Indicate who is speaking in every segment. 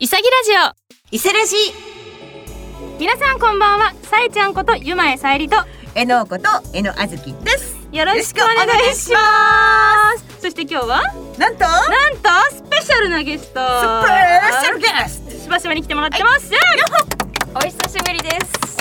Speaker 1: いさぎラジ
Speaker 2: 伊勢レジ
Speaker 1: オ皆さんこんばんはさえちゃんことゆまえさえりと
Speaker 2: えのうことえのあずきです
Speaker 1: よろしくお願いしますそして今日は
Speaker 2: なんと
Speaker 1: なんとスペシャルなゲスト
Speaker 2: スプレッシャルゲスト
Speaker 1: しばしばに来てもらってます、
Speaker 3: お久しぶりです。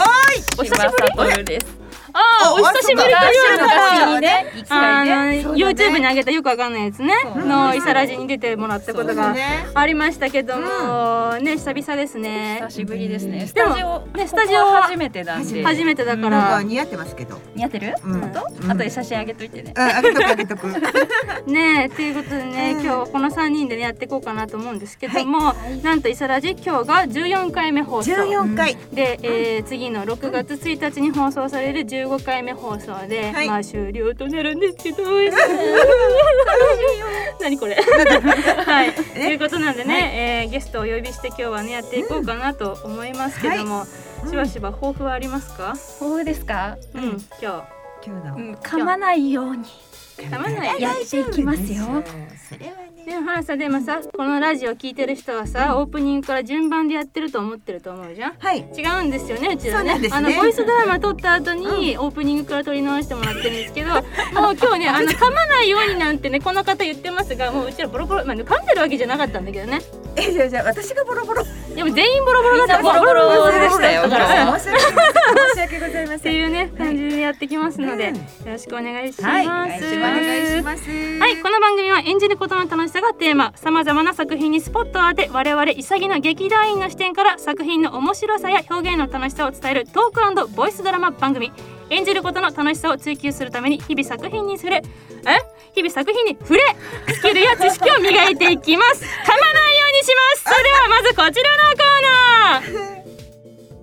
Speaker 1: お久しぶり
Speaker 3: 柴里です。
Speaker 1: ああ
Speaker 2: あ
Speaker 1: お久しぶりとい
Speaker 2: あ
Speaker 1: う
Speaker 2: そう
Speaker 1: の
Speaker 2: だ
Speaker 1: が
Speaker 2: そうだね
Speaker 3: 一
Speaker 1: あ
Speaker 3: 回
Speaker 1: の
Speaker 3: ね。
Speaker 1: YouTube に上げたよくわかんないやつね
Speaker 3: そう
Speaker 1: のイサラジに出てもらったこと
Speaker 2: お
Speaker 1: が
Speaker 2: ね
Speaker 1: ありましたけども、ね久々ですね
Speaker 3: 久しぶりですね。ス
Speaker 1: でも
Speaker 3: タジオ
Speaker 1: ね
Speaker 3: こ
Speaker 1: スタジオ
Speaker 3: こ
Speaker 1: は
Speaker 3: は初めてなんで。
Speaker 1: 初めてだか
Speaker 2: 僕は
Speaker 1: ら
Speaker 2: 似合ってますけどうん
Speaker 3: 似合ってる？
Speaker 2: うん
Speaker 3: 本当
Speaker 2: うん
Speaker 3: あとで写真あげといてね。
Speaker 2: あげとくあげとく
Speaker 1: ねえということでね、
Speaker 2: うん
Speaker 1: 今日はこの3人でねやっていこうかなと思うんですけども、なんとイサラジ今日が14回目放送
Speaker 2: 14回
Speaker 1: で、えー次の6月1日に放送される15回目放送で、
Speaker 2: はい
Speaker 1: まあ終了となるんですけど悲しいよ何これはいということなんでね、えーゲストをお呼びして今日はねやっていこうかなと思いますけども、しばしば抱負はありますか、
Speaker 3: そうですか。
Speaker 1: うん今
Speaker 2: 今日の
Speaker 3: うん噛まないように
Speaker 1: 日噛まない
Speaker 3: やっていきますよ。
Speaker 2: それはね
Speaker 1: でもほらさでもさこのラジオ聞いてる人はさ、オープニングから順番でやってると思ってると思うじゃん
Speaker 2: はい
Speaker 1: 違うんですよねうちら
Speaker 2: そうなん
Speaker 1: ね
Speaker 2: ですね
Speaker 1: あのボイスドラマ撮った後に、オープニングから撮り直してもらってるんですけどもう今日ね あの噛まないようになんてねこの方言ってますがもううちらボロボロ、まあ、噛んでるわけじゃなかったんだけどね
Speaker 2: えじゃあじゃあ私がボロボロ
Speaker 1: でも全員ボロボロだった
Speaker 3: みんなボロボロでしたよ
Speaker 1: ボロボロだったから
Speaker 2: 申し訳ない申し訳ございま
Speaker 1: って
Speaker 2: せん
Speaker 1: いうね感じでやってきますので、
Speaker 2: うん
Speaker 1: よろしくお願いします。
Speaker 3: はい
Speaker 2: お願いしますお願いします
Speaker 1: はい、この番組は演じることの楽しさがテーマさまざまな作品にスポットを当て我々潔の劇団員の視点から作品の面白さや表現の楽しさを伝えるトークボイスドラマ番組演じることの楽しさを追求するために日々作品に触れえ日々作品に触れスキルや知識を磨いていき ます噛まないようにしますそれではまずこちらのコーナー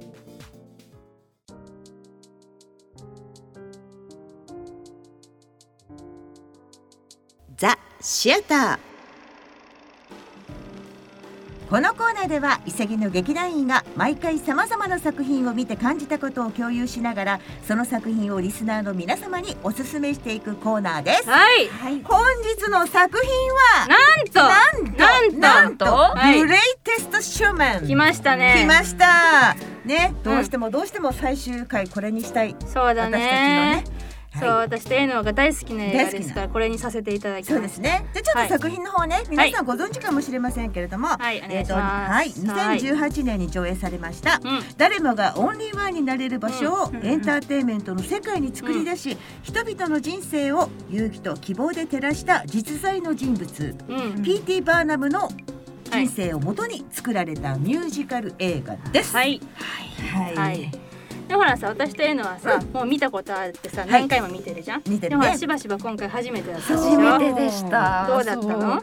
Speaker 2: ザ・シアターこのコーナーでは潔の劇団員が毎回さまざまな作品を見て感じたことを共有しながらその作品をリスナーの皆様におすすめしていくコーナーです
Speaker 1: はい
Speaker 3: はい。
Speaker 2: 本日の作品は
Speaker 1: なんと
Speaker 2: なんと
Speaker 1: なんとはい
Speaker 2: グレイテストシューマン
Speaker 1: 来ましたね
Speaker 2: 来ましたね
Speaker 1: うん
Speaker 2: どうしてもどうしても最終回これにしたい
Speaker 1: そうだ
Speaker 2: 私たちの
Speaker 1: ね
Speaker 2: ね
Speaker 1: そう、
Speaker 2: はい
Speaker 1: 私とエノが大好きな映画ですか
Speaker 2: 大好き
Speaker 1: らこれにさせていただき
Speaker 2: そう
Speaker 1: ま
Speaker 2: ですすね。じゃあちょっと作品の方ね、皆さんご存知かもしれませんけれども、
Speaker 1: はいお願いします
Speaker 2: とはい、2018年に上映されました。
Speaker 1: うん
Speaker 2: 誰もがオンリーワンになれる場所を
Speaker 3: うん
Speaker 2: エンターテインメントの世界に作り出し、人々の人生を勇気と希望で照らした実在の人物、
Speaker 1: うん、
Speaker 2: P.T. バーナムの人生をもとに作られたミュージカル映画です。
Speaker 1: はい
Speaker 2: はい
Speaker 1: はいでほらさ私とエノはさ、もう見たことあってさ何回も見てるじゃん、
Speaker 2: 見て
Speaker 1: で
Speaker 2: る
Speaker 1: もほら
Speaker 2: ね。
Speaker 1: しばしば今回初めてだったでし
Speaker 3: 初
Speaker 1: ょ
Speaker 3: めてでした。
Speaker 1: どうだったの
Speaker 2: うん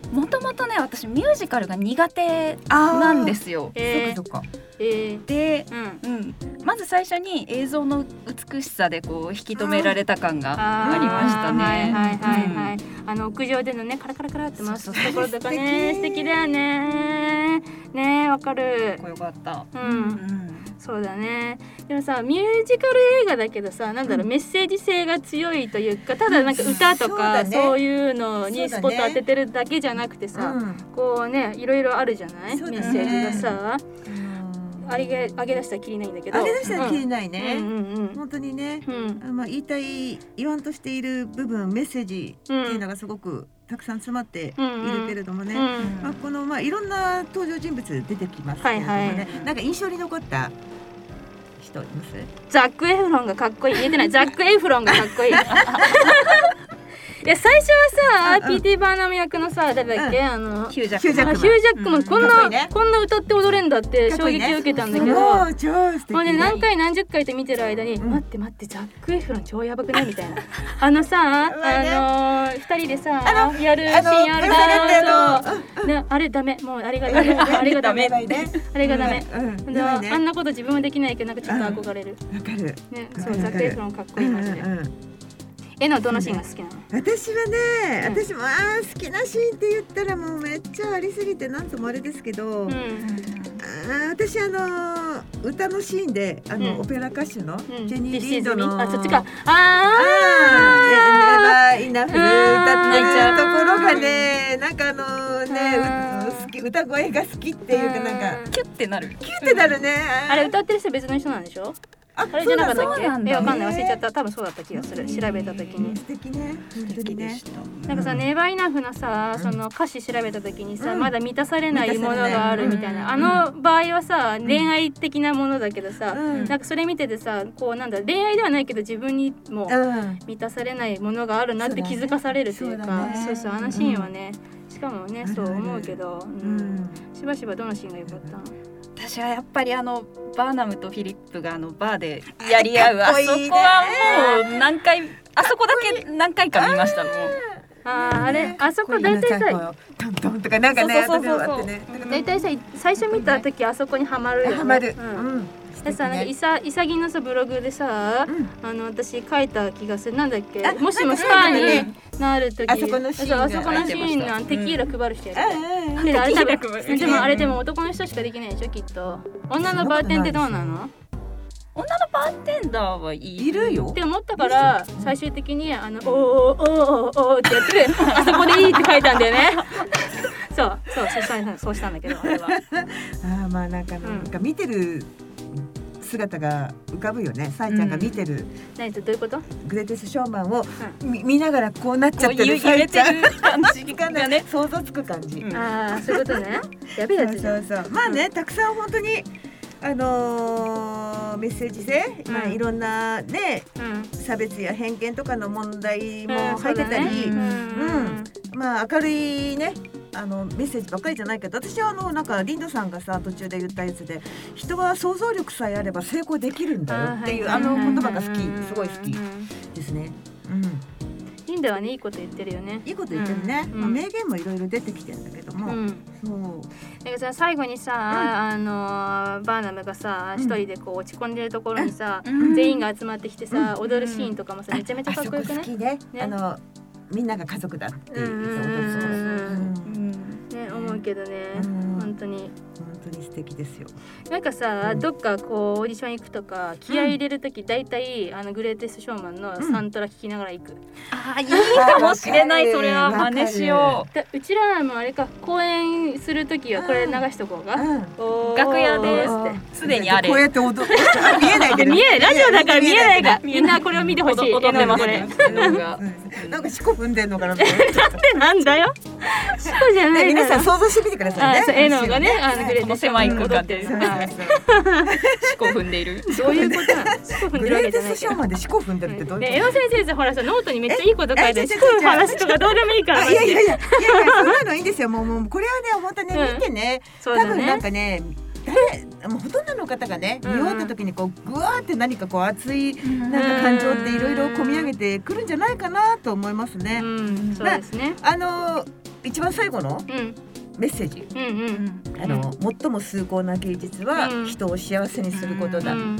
Speaker 3: そう？もともとね私ミュージカルが苦手
Speaker 2: あー
Speaker 3: なんで。すよ。
Speaker 1: え
Speaker 2: そっかそっか。
Speaker 1: ー、え
Speaker 3: で。
Speaker 1: ー、うん
Speaker 3: うん、まず最初に映像の美しさでこう引き止められた感がありましたね。
Speaker 1: ーはいはいはいはい
Speaker 3: うん、
Speaker 1: あの屋上でのねカラカラカラって回す
Speaker 3: そ
Speaker 1: と
Speaker 3: うそう
Speaker 1: ころとかね素
Speaker 2: 素敵
Speaker 1: 敵だよねねわかる
Speaker 3: かっこよかった。
Speaker 1: うんそうだねでもさミュージカル映画だけどさなんだろう、メッセージ性が強いというかただなんか歌とか、
Speaker 2: うんそうだ
Speaker 1: そう
Speaker 2: ね
Speaker 1: いうのにスポット当ててるだけじゃなくてさ、
Speaker 2: うん
Speaker 1: こうねいろいろあるじゃない、
Speaker 2: そうだ
Speaker 1: メ
Speaker 2: ね
Speaker 1: ッセージがさ
Speaker 2: うん
Speaker 1: ありげ上げ出したらきりないんだけど
Speaker 2: あれ出したら消え
Speaker 1: な
Speaker 2: ないね、
Speaker 1: うんうんうん
Speaker 2: 本当にね、
Speaker 1: うん、うん
Speaker 2: あまあ言いたい言わんとしている部分メッセージっていうのがすごくたくさん詰まっているけれどもね、
Speaker 1: うん
Speaker 2: まあ、このまあいろんな登場人物出てきますけれどもね、
Speaker 1: はいはい
Speaker 2: なんか印象に残った人います
Speaker 1: ザック・エフロンがかっこいい言えてないザック・エフロンがかっこいいいや最初はさ
Speaker 2: うんうん
Speaker 1: PT バーナム役のさ誰だっけ、あの
Speaker 3: ヒュージャッ
Speaker 2: ヒュー
Speaker 3: ク
Speaker 2: ジャッ
Speaker 1: あの
Speaker 2: ク
Speaker 1: ヒュージャックマンこん
Speaker 2: かっこい
Speaker 1: ない
Speaker 2: ね
Speaker 1: こんな歌って踊れんだって
Speaker 2: かっ
Speaker 1: 衝
Speaker 2: こいいね
Speaker 1: 撃を受けたんだ
Speaker 2: そ
Speaker 1: けど
Speaker 2: う超素敵
Speaker 1: もうね何回何十回って見てる間に「
Speaker 2: うん
Speaker 1: 待って待ってザック・エフロン超やばくない?」みたいなあ のさあ
Speaker 2: うわね
Speaker 1: のー二人でさ
Speaker 2: あの
Speaker 1: やるシー
Speaker 2: あの
Speaker 1: ンあるじゃん
Speaker 2: あの
Speaker 1: そうねあれダメもうあれが ダメあれがダメ
Speaker 2: やばいね
Speaker 1: あれがダメ
Speaker 2: うんうん
Speaker 1: で
Speaker 2: やばい
Speaker 1: あん
Speaker 2: ね
Speaker 1: なこと自分はできないけどなんかちょっと憧れる
Speaker 2: わかる
Speaker 1: ね
Speaker 2: うん
Speaker 1: そう
Speaker 2: うん
Speaker 1: ザック・エフロンかっこ
Speaker 2: う
Speaker 1: いい
Speaker 2: んう
Speaker 1: マ
Speaker 2: ん
Speaker 1: ジで
Speaker 2: うん
Speaker 1: 絵のどのシーンが好きなの
Speaker 2: 私はね、
Speaker 1: うん
Speaker 2: 私もあー好きなシーンって言ったらもうめっちゃありすぎてなんともあれですけど、あ
Speaker 1: うん
Speaker 2: ー私あのー歌のシーンであの、
Speaker 1: うん
Speaker 2: オペラ歌手の
Speaker 1: うん
Speaker 2: ジェニー・リン
Speaker 1: This is
Speaker 2: ド
Speaker 1: me
Speaker 2: の、
Speaker 1: あそっちか
Speaker 2: あ
Speaker 1: あー
Speaker 2: ー「エネバーイナフ」だったところがねなんかあのー
Speaker 1: うん
Speaker 2: ねう好き歌声が好きっていうかなんか
Speaker 3: キュッてなる
Speaker 2: キュってなるね
Speaker 1: あれ歌ってる人別の人なんでしょ
Speaker 2: あ
Speaker 1: あれじゃなかった
Speaker 2: そう
Speaker 1: っ
Speaker 3: そ
Speaker 1: けえ
Speaker 3: うなんだ
Speaker 1: わかんない忘れちゃった多分そうだった気がする調べた時
Speaker 2: だ
Speaker 1: に
Speaker 2: 素敵ね素敵ね
Speaker 1: なんかさ「ネバーイナフ」のさその歌詞調べた時にさ、まだ満たされないものがあるみたいな、あの場合はさ恋愛的なものだけどさ、
Speaker 2: うん
Speaker 1: なんかそれ見ててさこうなんだ恋愛ではないけど自分にも
Speaker 2: うん
Speaker 1: 満たされないものがあるなって気づかされるとい
Speaker 2: そ
Speaker 1: う
Speaker 2: うだ
Speaker 1: か
Speaker 2: ね
Speaker 1: そうそうあのシーンはね、しかもねそう思うけど、う
Speaker 2: うんん、
Speaker 1: しばしばどのシーンが良かった
Speaker 3: 私はやっぱりあのバーナムとフィリップがあのバーでやり合う
Speaker 2: かっ
Speaker 3: あ
Speaker 2: こいいね
Speaker 3: そこはもう何回あそこだけ何回か見ましたもう
Speaker 1: あーあれあそこ大体さ
Speaker 2: トントンとかなんかね
Speaker 3: そうそうそうそ
Speaker 2: あ
Speaker 3: う
Speaker 2: ってね
Speaker 1: 大体さ最初見た時あそこにはまるよ、ね、
Speaker 2: ハマる
Speaker 1: うん
Speaker 2: うん
Speaker 1: でさなんかいさいさぎのさブログでさ、あの私書いた気がするなんだっけ
Speaker 2: あ
Speaker 1: もしもス
Speaker 2: な
Speaker 1: タ
Speaker 2: んか
Speaker 1: ー
Speaker 2: ね
Speaker 1: になる時
Speaker 2: あそこのシーンが
Speaker 1: そうあそこのシーンのテキーラ配る人やり
Speaker 2: うんうん
Speaker 1: たいであれ多分
Speaker 3: テキ
Speaker 1: で
Speaker 3: ーラ配る
Speaker 1: もあれでも男の人しかできないでしょきっと女のバーテンってどうなの
Speaker 3: 女のバーテンダーはい
Speaker 2: いるよ
Speaker 1: って思ったから最終的にあの「おーおーおーおーおーってやってるあそこでいいって書いたんだよねそうそうそうしたそうしたんだけどあれは
Speaker 2: あーまあなんかなんか見てる姿が浮かぶよねさえちゃんが見てる
Speaker 1: 何とどういうこと
Speaker 2: グレテス・ショーマンをみ見ながらこうなっちゃってる
Speaker 3: こう揺
Speaker 2: さ
Speaker 3: れ
Speaker 2: え
Speaker 3: て
Speaker 2: ちゃん
Speaker 3: る感じ
Speaker 2: か
Speaker 3: が
Speaker 2: んな
Speaker 3: ね
Speaker 2: い想像つく感じ
Speaker 3: うん
Speaker 1: ああそういうことねやべえ
Speaker 2: そ
Speaker 1: や
Speaker 2: う
Speaker 1: つじゃ
Speaker 2: そ
Speaker 1: ん
Speaker 2: うそうまあねたくさん本当にあのーメッセージ性、まあ、
Speaker 1: うん
Speaker 2: いろんなね
Speaker 1: うん
Speaker 2: 差別や偏見とかの問題も
Speaker 1: うん
Speaker 2: 入ってたり、
Speaker 1: そうだねう
Speaker 2: う
Speaker 1: ん
Speaker 2: んまあ明るいねあのメッセージばっかりじゃないけど私はあのなんかリンドさんがさ途中で言ったやつで人は想像力さえあれば成功できるんだよっていうあの言葉が好きすごい好きですね。うん
Speaker 1: インドはねいいこと言ってるよね
Speaker 2: いいこと言ってるね、
Speaker 1: うん
Speaker 2: まあ、名言もいろいろ出てきてんだけど
Speaker 1: う
Speaker 2: も、
Speaker 1: ん、
Speaker 2: そう
Speaker 1: だからさ最後にさ、あのーバーナムがさ
Speaker 2: うん
Speaker 1: 一人でこう落ち込んでるところにさ、
Speaker 3: うん
Speaker 1: 全員が集まってきてさ、踊るシーンとかもさめちゃめちゃかっこよく
Speaker 2: あそ
Speaker 1: ね
Speaker 2: 好きで、
Speaker 1: ね
Speaker 2: あのみんなが家族だっていう
Speaker 1: うんうん
Speaker 2: そう
Speaker 1: うん
Speaker 2: そうそう
Speaker 1: ね思うけどね、
Speaker 2: うん
Speaker 1: 本当に
Speaker 2: 本当に素敵です よ。
Speaker 1: なんかさ、どっかこうオーディション行くとか気合い入れる時大体あのグレーテストショーマンのサントラ聴きながら行く、
Speaker 3: あーいいかもしれないそれは真似しよ
Speaker 1: だうちらもあれか公演する時はこれ流しとこうが、
Speaker 2: う
Speaker 1: おー
Speaker 3: 楽屋で
Speaker 1: おーって
Speaker 3: すでにあれ
Speaker 2: こうやって 踊ってあ見えないけど
Speaker 1: 見えないラジオだから見えないから
Speaker 3: 見
Speaker 1: み
Speaker 3: え
Speaker 1: ん
Speaker 3: ない
Speaker 1: なこれを見て
Speaker 3: う
Speaker 1: ほしい
Speaker 3: 踊ってます
Speaker 1: これ
Speaker 3: ね動画
Speaker 2: うんなんか四股踏んでんのかなみたいな。
Speaker 1: なんだよ。そうじゃない
Speaker 2: ね皆さん
Speaker 1: そ
Speaker 2: 想像してみてくださいね。
Speaker 1: う絵のがね、あのグレーテ
Speaker 3: この
Speaker 1: スト
Speaker 3: 狭い空間
Speaker 1: 踊
Speaker 3: で
Speaker 1: っ
Speaker 2: そうそ
Speaker 1: て
Speaker 2: う
Speaker 1: るはい
Speaker 3: 四股踏んでいる
Speaker 1: どういうことなの？そう
Speaker 2: そう。
Speaker 1: いう
Speaker 2: グ
Speaker 1: わ
Speaker 2: レー
Speaker 1: けじ
Speaker 2: テ
Speaker 1: ゃない
Speaker 2: ス
Speaker 1: け
Speaker 2: ショ
Speaker 1: ど
Speaker 2: ーマンで四股踏んでるってどういう
Speaker 1: ね、
Speaker 2: こ
Speaker 1: 江野先生さほらさノートにめっちゃいいこと書いて
Speaker 2: え
Speaker 1: る
Speaker 2: え
Speaker 1: し
Speaker 2: ちょち
Speaker 1: こ
Speaker 2: ょ
Speaker 1: ういう話とかどうでもいいか
Speaker 2: と。
Speaker 1: ら
Speaker 2: あいやいやいやいやいやそんなのいいんですよもうもうこれはね本当にね
Speaker 1: うん
Speaker 2: 見てね、
Speaker 1: そう
Speaker 2: 多
Speaker 1: だ
Speaker 2: 分なん
Speaker 1: ね
Speaker 2: かね誰もうほとんどの方がね見
Speaker 1: うん
Speaker 2: 終わった時にこうぐわーって何かこう熱いなんか感情っていろいろ込み上げてくるんじゃないかなと思いますね。
Speaker 1: うんそうですね
Speaker 2: あの一番最後の
Speaker 1: うん
Speaker 2: メッセージ
Speaker 1: うんうん
Speaker 2: あの、最も崇高な芸術は
Speaker 1: うん
Speaker 2: 人を幸せにすること
Speaker 1: う
Speaker 2: だっ
Speaker 1: ん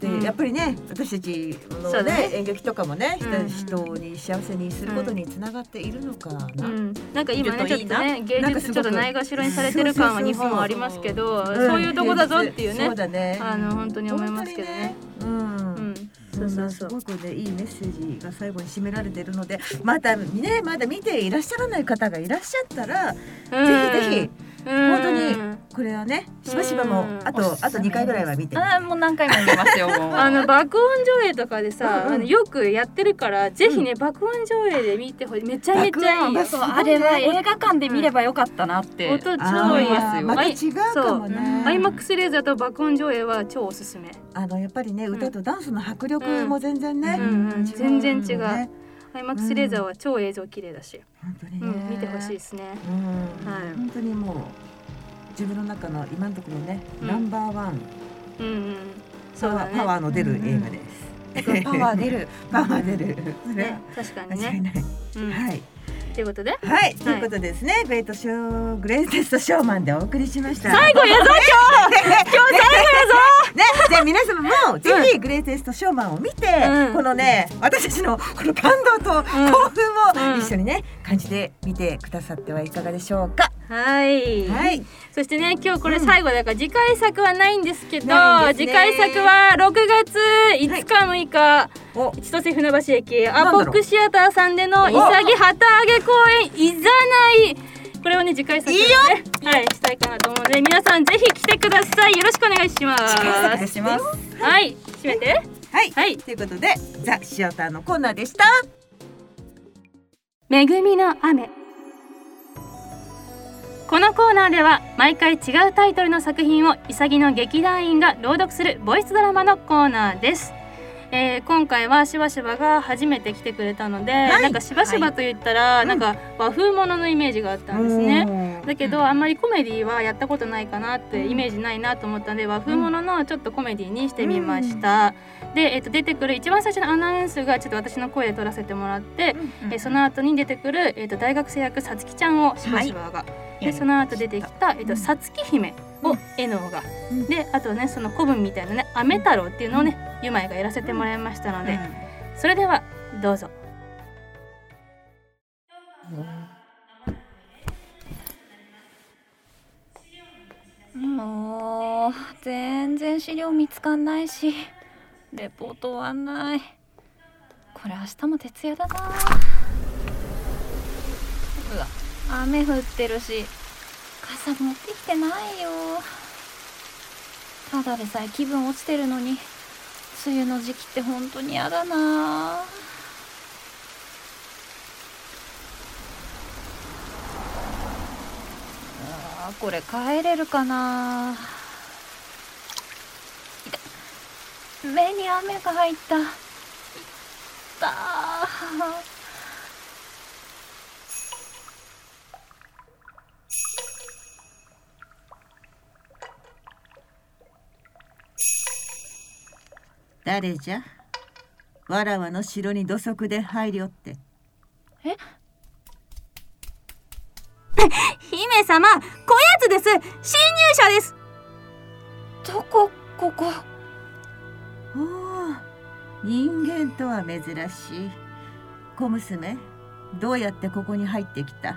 Speaker 2: て、
Speaker 1: うん
Speaker 2: やっぱりね私たちの
Speaker 1: そ
Speaker 2: ね
Speaker 1: うだね
Speaker 2: 演劇とかもね、
Speaker 1: うん
Speaker 2: 人人に幸せにすることにつながっているのか
Speaker 1: う
Speaker 2: な。
Speaker 1: んなんか今ねちょ
Speaker 3: 見る
Speaker 1: っ
Speaker 3: といい
Speaker 1: と
Speaker 3: な
Speaker 1: ね芸
Speaker 2: なんかす
Speaker 1: 術
Speaker 2: ごく
Speaker 1: ちょっとないがしろにされてる感は日本はありますけど
Speaker 2: うん
Speaker 1: そういうとこだぞっていう
Speaker 2: そう
Speaker 1: ね
Speaker 2: だね。
Speaker 1: あの本当に思いますけどね
Speaker 2: 本当にね。うん。
Speaker 1: うんそうそうそうん
Speaker 2: なすごくねいいメッセージが最後に締められているのでまだねまだ見ていらっしゃらない方がいらっしゃったら、ぜひぜひ
Speaker 1: ひ
Speaker 2: 本
Speaker 1: 本
Speaker 2: 当にこれはねしばしばも
Speaker 1: うん
Speaker 2: あとあと2回ぐらいは見て
Speaker 3: あーもう何回も見ますよもう
Speaker 1: あの爆音上映とかでさ、
Speaker 2: うんうん
Speaker 1: あのよくやってるからぜひね、爆音上映で見てほしいめちゃめちゃい
Speaker 2: 爆音
Speaker 1: いよ
Speaker 2: が
Speaker 3: そうあれは映画館で見ればよかったなって
Speaker 1: 音超いい
Speaker 3: 思います
Speaker 2: あー
Speaker 3: よ
Speaker 2: また違うかもね
Speaker 3: そううん
Speaker 1: アイマックスレーザーと爆音上映は超おすすめ
Speaker 2: あのやっぱりね
Speaker 1: ん
Speaker 2: 歌とダンスの迫力も全然ね、
Speaker 1: うんう
Speaker 2: 違う
Speaker 1: んうん
Speaker 2: もんね
Speaker 1: 全然違うアイマックスレーザーは超映像綺麗だし、
Speaker 2: 本当に
Speaker 1: う
Speaker 2: ね、
Speaker 1: ん見てほしいですね
Speaker 2: うん、
Speaker 1: はい
Speaker 2: 本当にもう自分の中の今のところね、
Speaker 1: うん
Speaker 2: ナンバーワン
Speaker 1: うんうん
Speaker 2: パ
Speaker 1: そう
Speaker 2: ワ
Speaker 1: だ
Speaker 2: ー,、
Speaker 1: ね
Speaker 2: パワーの出る映画です、
Speaker 3: パワー出る
Speaker 2: パワー出る、それは
Speaker 1: ね確かに
Speaker 2: 間違い
Speaker 1: ね
Speaker 2: ない、
Speaker 1: うん
Speaker 2: はい
Speaker 1: ということで
Speaker 2: はい、ということでですね、グレートショー、グレイテストショーマンでお送りしました。
Speaker 1: 最後や
Speaker 2: 今
Speaker 1: ぞ
Speaker 2: 日最後やぞ。 ね、じゃあ皆様もぜひグレイテストショーマンを見て、
Speaker 1: うん
Speaker 2: このね、私たちのこの感動と興奮
Speaker 1: う
Speaker 2: を
Speaker 1: ん
Speaker 2: 一緒にね、感じてみてくださってはいかがでしょうか。
Speaker 1: はい、
Speaker 2: はい、
Speaker 1: そしてね今日これ最後だから、次回作はないんですけど
Speaker 2: ないんですね
Speaker 1: 次回作は6月5日6日、
Speaker 2: お、
Speaker 1: 千歳船橋駅
Speaker 2: な
Speaker 1: ア
Speaker 2: んだろう
Speaker 1: ポックシアターさんでの
Speaker 2: お
Speaker 1: 潔旗揚げ公演いざないこれをねに次回作をねはいしたいかなと思うので皆さんぜひ来てくださいよろしくお願いします
Speaker 2: お
Speaker 3: 願いします
Speaker 1: はい閉めて
Speaker 2: はい、
Speaker 1: はい
Speaker 2: ということでザ・シアターのコーナーでした
Speaker 1: 恵みの雨このコーナーでは毎回違うタイトルの作品を潔の劇団員が朗読するボイスドラマのコーナーです、えー今回はしばしばが初めて来てくれたので、
Speaker 2: はい
Speaker 1: なんかしばしばと言ったら、
Speaker 2: い
Speaker 1: なんか和風もののイメージがあったんですね、だけ
Speaker 3: う
Speaker 1: ど
Speaker 3: ん
Speaker 1: あんまりコメディはやったことないかなってイメージないなと思ったんで和風もののちょっとコメディにしてみました、で、えっと出てくる一番最初のアナウンスがちょっと私の声で撮らせてもらって、えその後に出てくる、えっと大学生役さつきちゃんをしばしばが、でその後出てきた、えっ
Speaker 2: う
Speaker 1: と
Speaker 2: ん
Speaker 1: さつき姫をえのうが、
Speaker 2: うん
Speaker 1: であとねその古文みたいなね「アメ太郎」っていうのをねゆまいがやらせてもらいましたので、それではどうぞ。
Speaker 3: もう全然資料見つかんないしレポート終わんないこれ明日も徹夜だなうわ雨降ってるし傘持ってきてないよただでさえ気分落ちてるのに梅雨の時期って本当に嫌だなあーこれ帰れるかな痛っ目に雨が入ったいった
Speaker 2: 誰じゃわらわの城に土足で入りおって
Speaker 1: 姫様こやつです侵入者です
Speaker 3: ーどこここ
Speaker 2: おお人間とは珍しい小娘どうやってここに入ってきた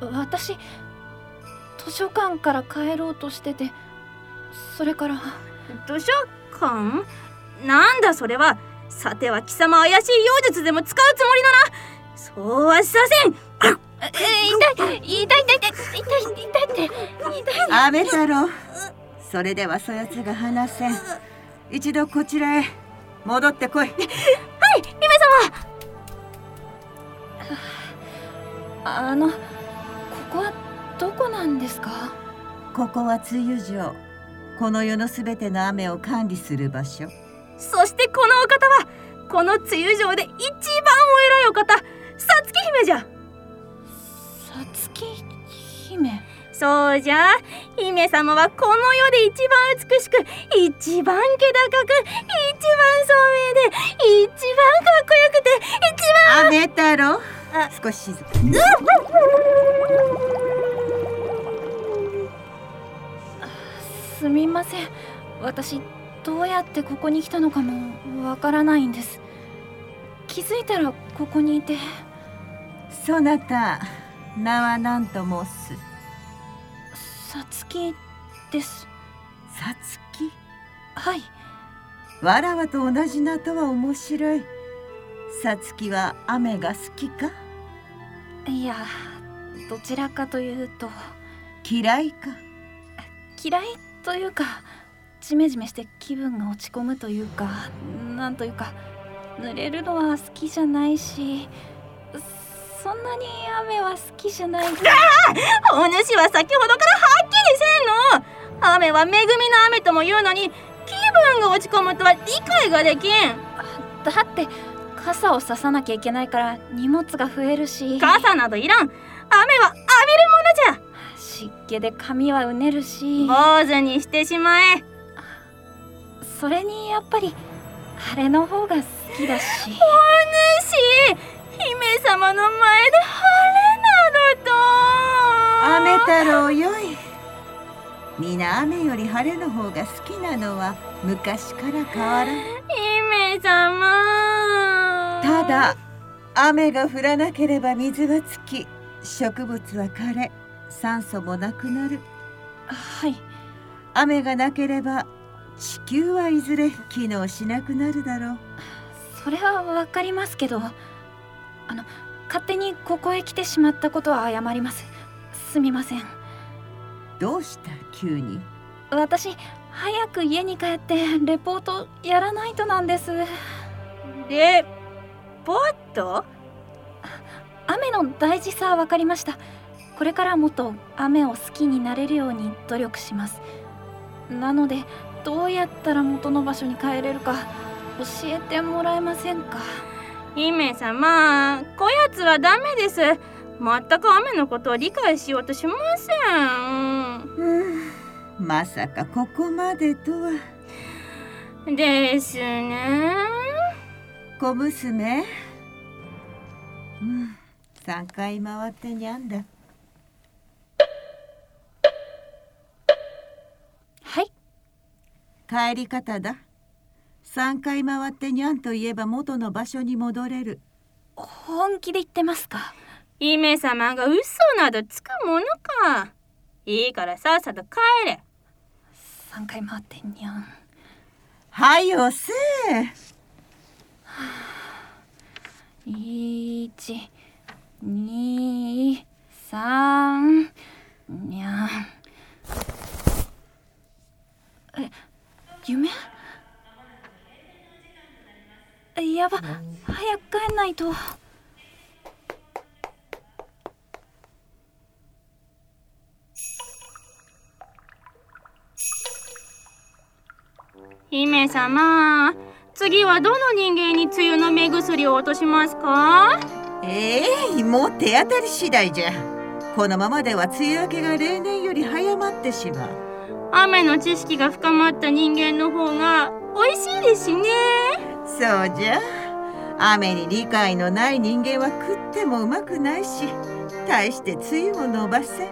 Speaker 3: 私図書館から帰ろうとしててそれから
Speaker 1: 図書館なんだそれはさては貴様怪しい妖術でも使うつもりならそうはさせん
Speaker 3: え痛い痛い痛い痛い痛い痛い痛い痛い
Speaker 2: アメ太郎それではそやつが話せん一度こちらへ戻ってこい
Speaker 3: あのここはどこなんですか
Speaker 2: ここは梅雨城この世のすべての雨を管理する場所
Speaker 1: そしてこのお方はこの梅雨城で一番お偉いお方さつき姫じゃ
Speaker 3: さつき姫
Speaker 1: そうじゃ姫様はこの世で一番美しく一番気高く一番聡明で一番かっこよくて一番
Speaker 2: アメ太郎
Speaker 1: あ
Speaker 2: 少し静か
Speaker 3: すみません私どうやってここに来たのかもわからないんです気づいたらここにいて
Speaker 2: そなた名は何と申す
Speaker 3: さつきです
Speaker 2: さつき
Speaker 3: はい
Speaker 2: わらわと同じなとは面白いさつきは雨が好きか
Speaker 3: いやどちらかというと
Speaker 2: 嫌いか
Speaker 3: 嫌いというかジメジメして気分が落ち込むというかなんというか濡れるのは好きじゃないしそんなに雨は好きじゃない
Speaker 1: お主は先ほどからはっきりせんの雨は恵みの雨とも言うのに気分が落ち込むとは理解ができん
Speaker 3: だって傘をささなきゃいけないから荷物が増えるし
Speaker 1: 傘などいらん雨は
Speaker 3: 湿気で髪はうねるし
Speaker 1: 坊主にしてしまえ
Speaker 3: それにやっぱり晴れの方が好きだし
Speaker 1: 主姫様の前で
Speaker 2: 雨
Speaker 1: 晴れなどと
Speaker 2: 太郎よい皆雨より晴れの方が好きなのは昔から変わらん
Speaker 1: 姫様
Speaker 2: ただ雨が降らなければ水はつき植物は枯れ酸素もなくなる
Speaker 3: はい
Speaker 2: 雨がなければ地球はいずれ機能しなくなるだろう
Speaker 3: それはわかりますけどあの勝手にここへ来てしまったことは謝りますすみません
Speaker 2: どうした急に
Speaker 3: 私早く家に帰ってレポートやらないとなんです
Speaker 4: レポート
Speaker 3: 雨の大事さは分かりましたこれからもっと雨を好きになれるように努力しますなのでどうやったら元の場所に帰れるか教えてもらえませんか
Speaker 1: 姫様こやつはダメです全く雨のことを理解しようとしません
Speaker 2: うんまさかここまでとは
Speaker 1: ですね
Speaker 2: 小娘うん3回回ってにゃんだ
Speaker 3: はい
Speaker 2: 帰り方だ3回回ってにゃんといえば元の場所に戻れる
Speaker 3: 本気で言ってますか
Speaker 1: 姫様が嘘などつくものかいいからさっさと帰れ
Speaker 3: 3回回ってにゃん
Speaker 2: はいよせ
Speaker 3: 一、二、三、にゃん。え、夢えやば、早く帰んないと。
Speaker 1: 姫様次はどの人間に梅雨の目薬を落としますか
Speaker 2: ええもう手当たり次第じゃこのままでは梅雨明けが例年より早まってしまう
Speaker 1: 雨の知識が深まった人間の方が美味しいですね
Speaker 2: そうじゃ雨に理解のない人間は食ってもうまくないし大して梅雨も伸ばせん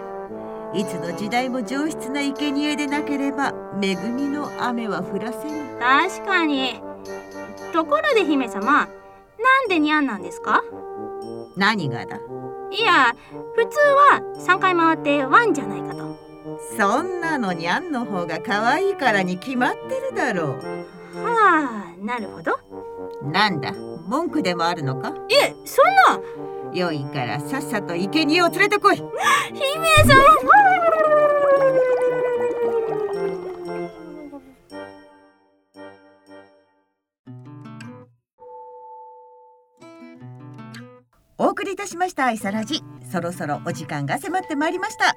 Speaker 2: いつの時代も上質な生贄でなければ恵みの雨は降らせぬ
Speaker 1: 確かにところで姫様なんでニャンなんですか
Speaker 2: 何がだ
Speaker 1: いや普通は3回回ってワンじゃないかと
Speaker 2: そんなのにゃんの方が可愛いからに決まってるだろ
Speaker 1: はあなるほど
Speaker 2: うなんだ文句でもあるのか
Speaker 1: いえそんな
Speaker 2: 良いからさっさと生贄を連れてこい
Speaker 1: 姫様
Speaker 2: お送りいたしましたイサラジそろそろお時間が迫ってまいりました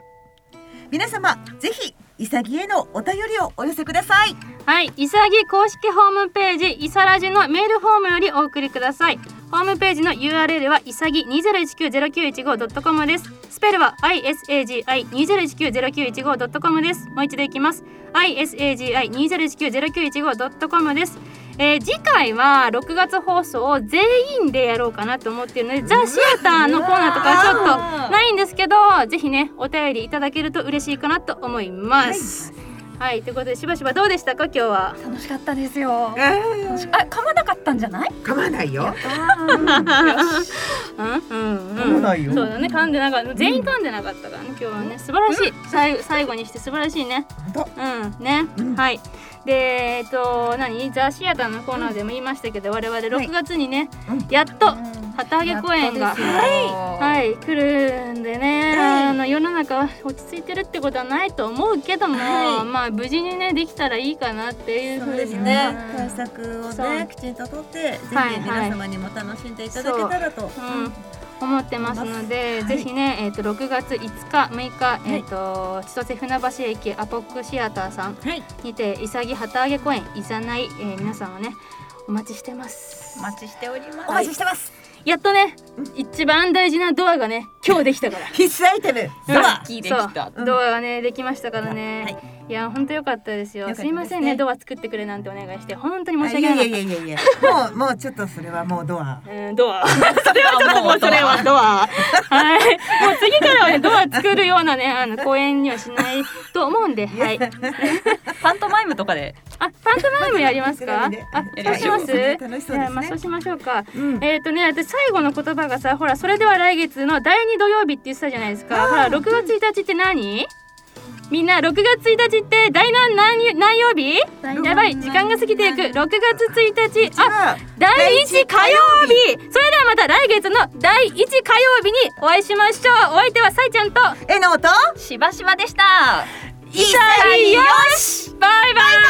Speaker 2: 皆様ぜひイサギへのお便りをお寄せください
Speaker 1: はいイサギ公式ホームページイサラジのメールフォームよりお送りくださいホームページの URL はイサギ20190915.com ですスペルは isagi20190915.com ですもう一度いきます isagi20190915.com ですえー、次回は6月放送を全員でやろうかなと思ってるのでザ・シアターのコーナーとかはちょっとないんですけどぜひねお便りいただけると嬉しいかなと思います。はい、ということでしばしばどうでしたか今日は。
Speaker 3: 楽しかったですよ。楽
Speaker 2: 噛
Speaker 3: しあ、噛まなかったんじゃない
Speaker 2: まないよ
Speaker 1: うん
Speaker 2: 噛まないよ
Speaker 1: そうだね噛んでなかった全員噛んでなかったからね今日はね素晴らしい、最後最後にして素晴らしいね。うんね、
Speaker 2: うん
Speaker 1: はい。でえっと何ザシアターのコーナーでも言いましたけど、我々6月にね、
Speaker 2: うん
Speaker 1: やっと旗揚げ公演が。
Speaker 3: は
Speaker 1: はい来るんでね、
Speaker 2: はい
Speaker 1: あの世の中は落ち着いてるってことはないと思うけども、
Speaker 2: はい
Speaker 1: まあ無事にねできたらいいかなっていうふ
Speaker 2: そう
Speaker 1: う
Speaker 2: で
Speaker 1: に
Speaker 2: す
Speaker 1: 思い
Speaker 2: ね
Speaker 1: ます
Speaker 2: 対策を
Speaker 1: そう
Speaker 2: ねきちんととってぜひ
Speaker 1: はいはい
Speaker 2: 皆様にも楽しんでいただけたらと
Speaker 1: うん思ってますので、ぜひね、えっ、と6月5日、6日、えっ、と千歳船橋駅アポックシアターさん
Speaker 2: はい
Speaker 1: にて潔旗揚げ公演いざない、えー皆さんをねお待ちしてます
Speaker 3: お。待ちしております。
Speaker 2: お待ちしてます
Speaker 1: やっとね、一番大事なドアがね今日できたから。
Speaker 2: 必須アイテムドア
Speaker 1: うんそう
Speaker 2: うん
Speaker 1: ドアがねできましたからね。
Speaker 2: はい
Speaker 1: い、や本当良かったですよ。
Speaker 2: 良かったですす
Speaker 1: い
Speaker 2: ね
Speaker 1: ませんねドア作ってくれなんてお願いして本当に
Speaker 2: あ
Speaker 1: 申
Speaker 2: い
Speaker 1: し
Speaker 2: や
Speaker 1: 訳
Speaker 2: い
Speaker 1: なか
Speaker 2: や
Speaker 1: っ
Speaker 2: いやいやいやもうもうちょっとそれはもうドア
Speaker 1: た。うんドア。それはちょっともうそれはドア。はい。もう次からはねドア作るようなねあの公演にはしないと思 うんで、はい。
Speaker 4: パントマイムとかで
Speaker 1: あパントマイムやりますか
Speaker 2: パントマイムね？
Speaker 1: あ
Speaker 4: やり
Speaker 1: そう
Speaker 4: ま
Speaker 1: し
Speaker 4: しょ
Speaker 1: ま
Speaker 4: う
Speaker 2: 楽し
Speaker 1: す？
Speaker 2: そうですね
Speaker 1: いやまあそうしましょうか。
Speaker 2: うん
Speaker 1: えっ、とね私最後の言葉がさほらそれでは来月の第二土曜日って言ってたじゃないですか。ほら6月1日って何？みんな6月1日って第何何何曜日
Speaker 3: 大
Speaker 1: やばい時間が過ぎていく6月1日
Speaker 2: じ
Speaker 1: あ
Speaker 2: ゃあ
Speaker 1: 第1火曜日それではまた来月の第1火曜日にお会いしましょうお相手はさいちゃんと
Speaker 2: えのと
Speaker 4: しばしばでした
Speaker 2: いさりよし
Speaker 1: バイバイ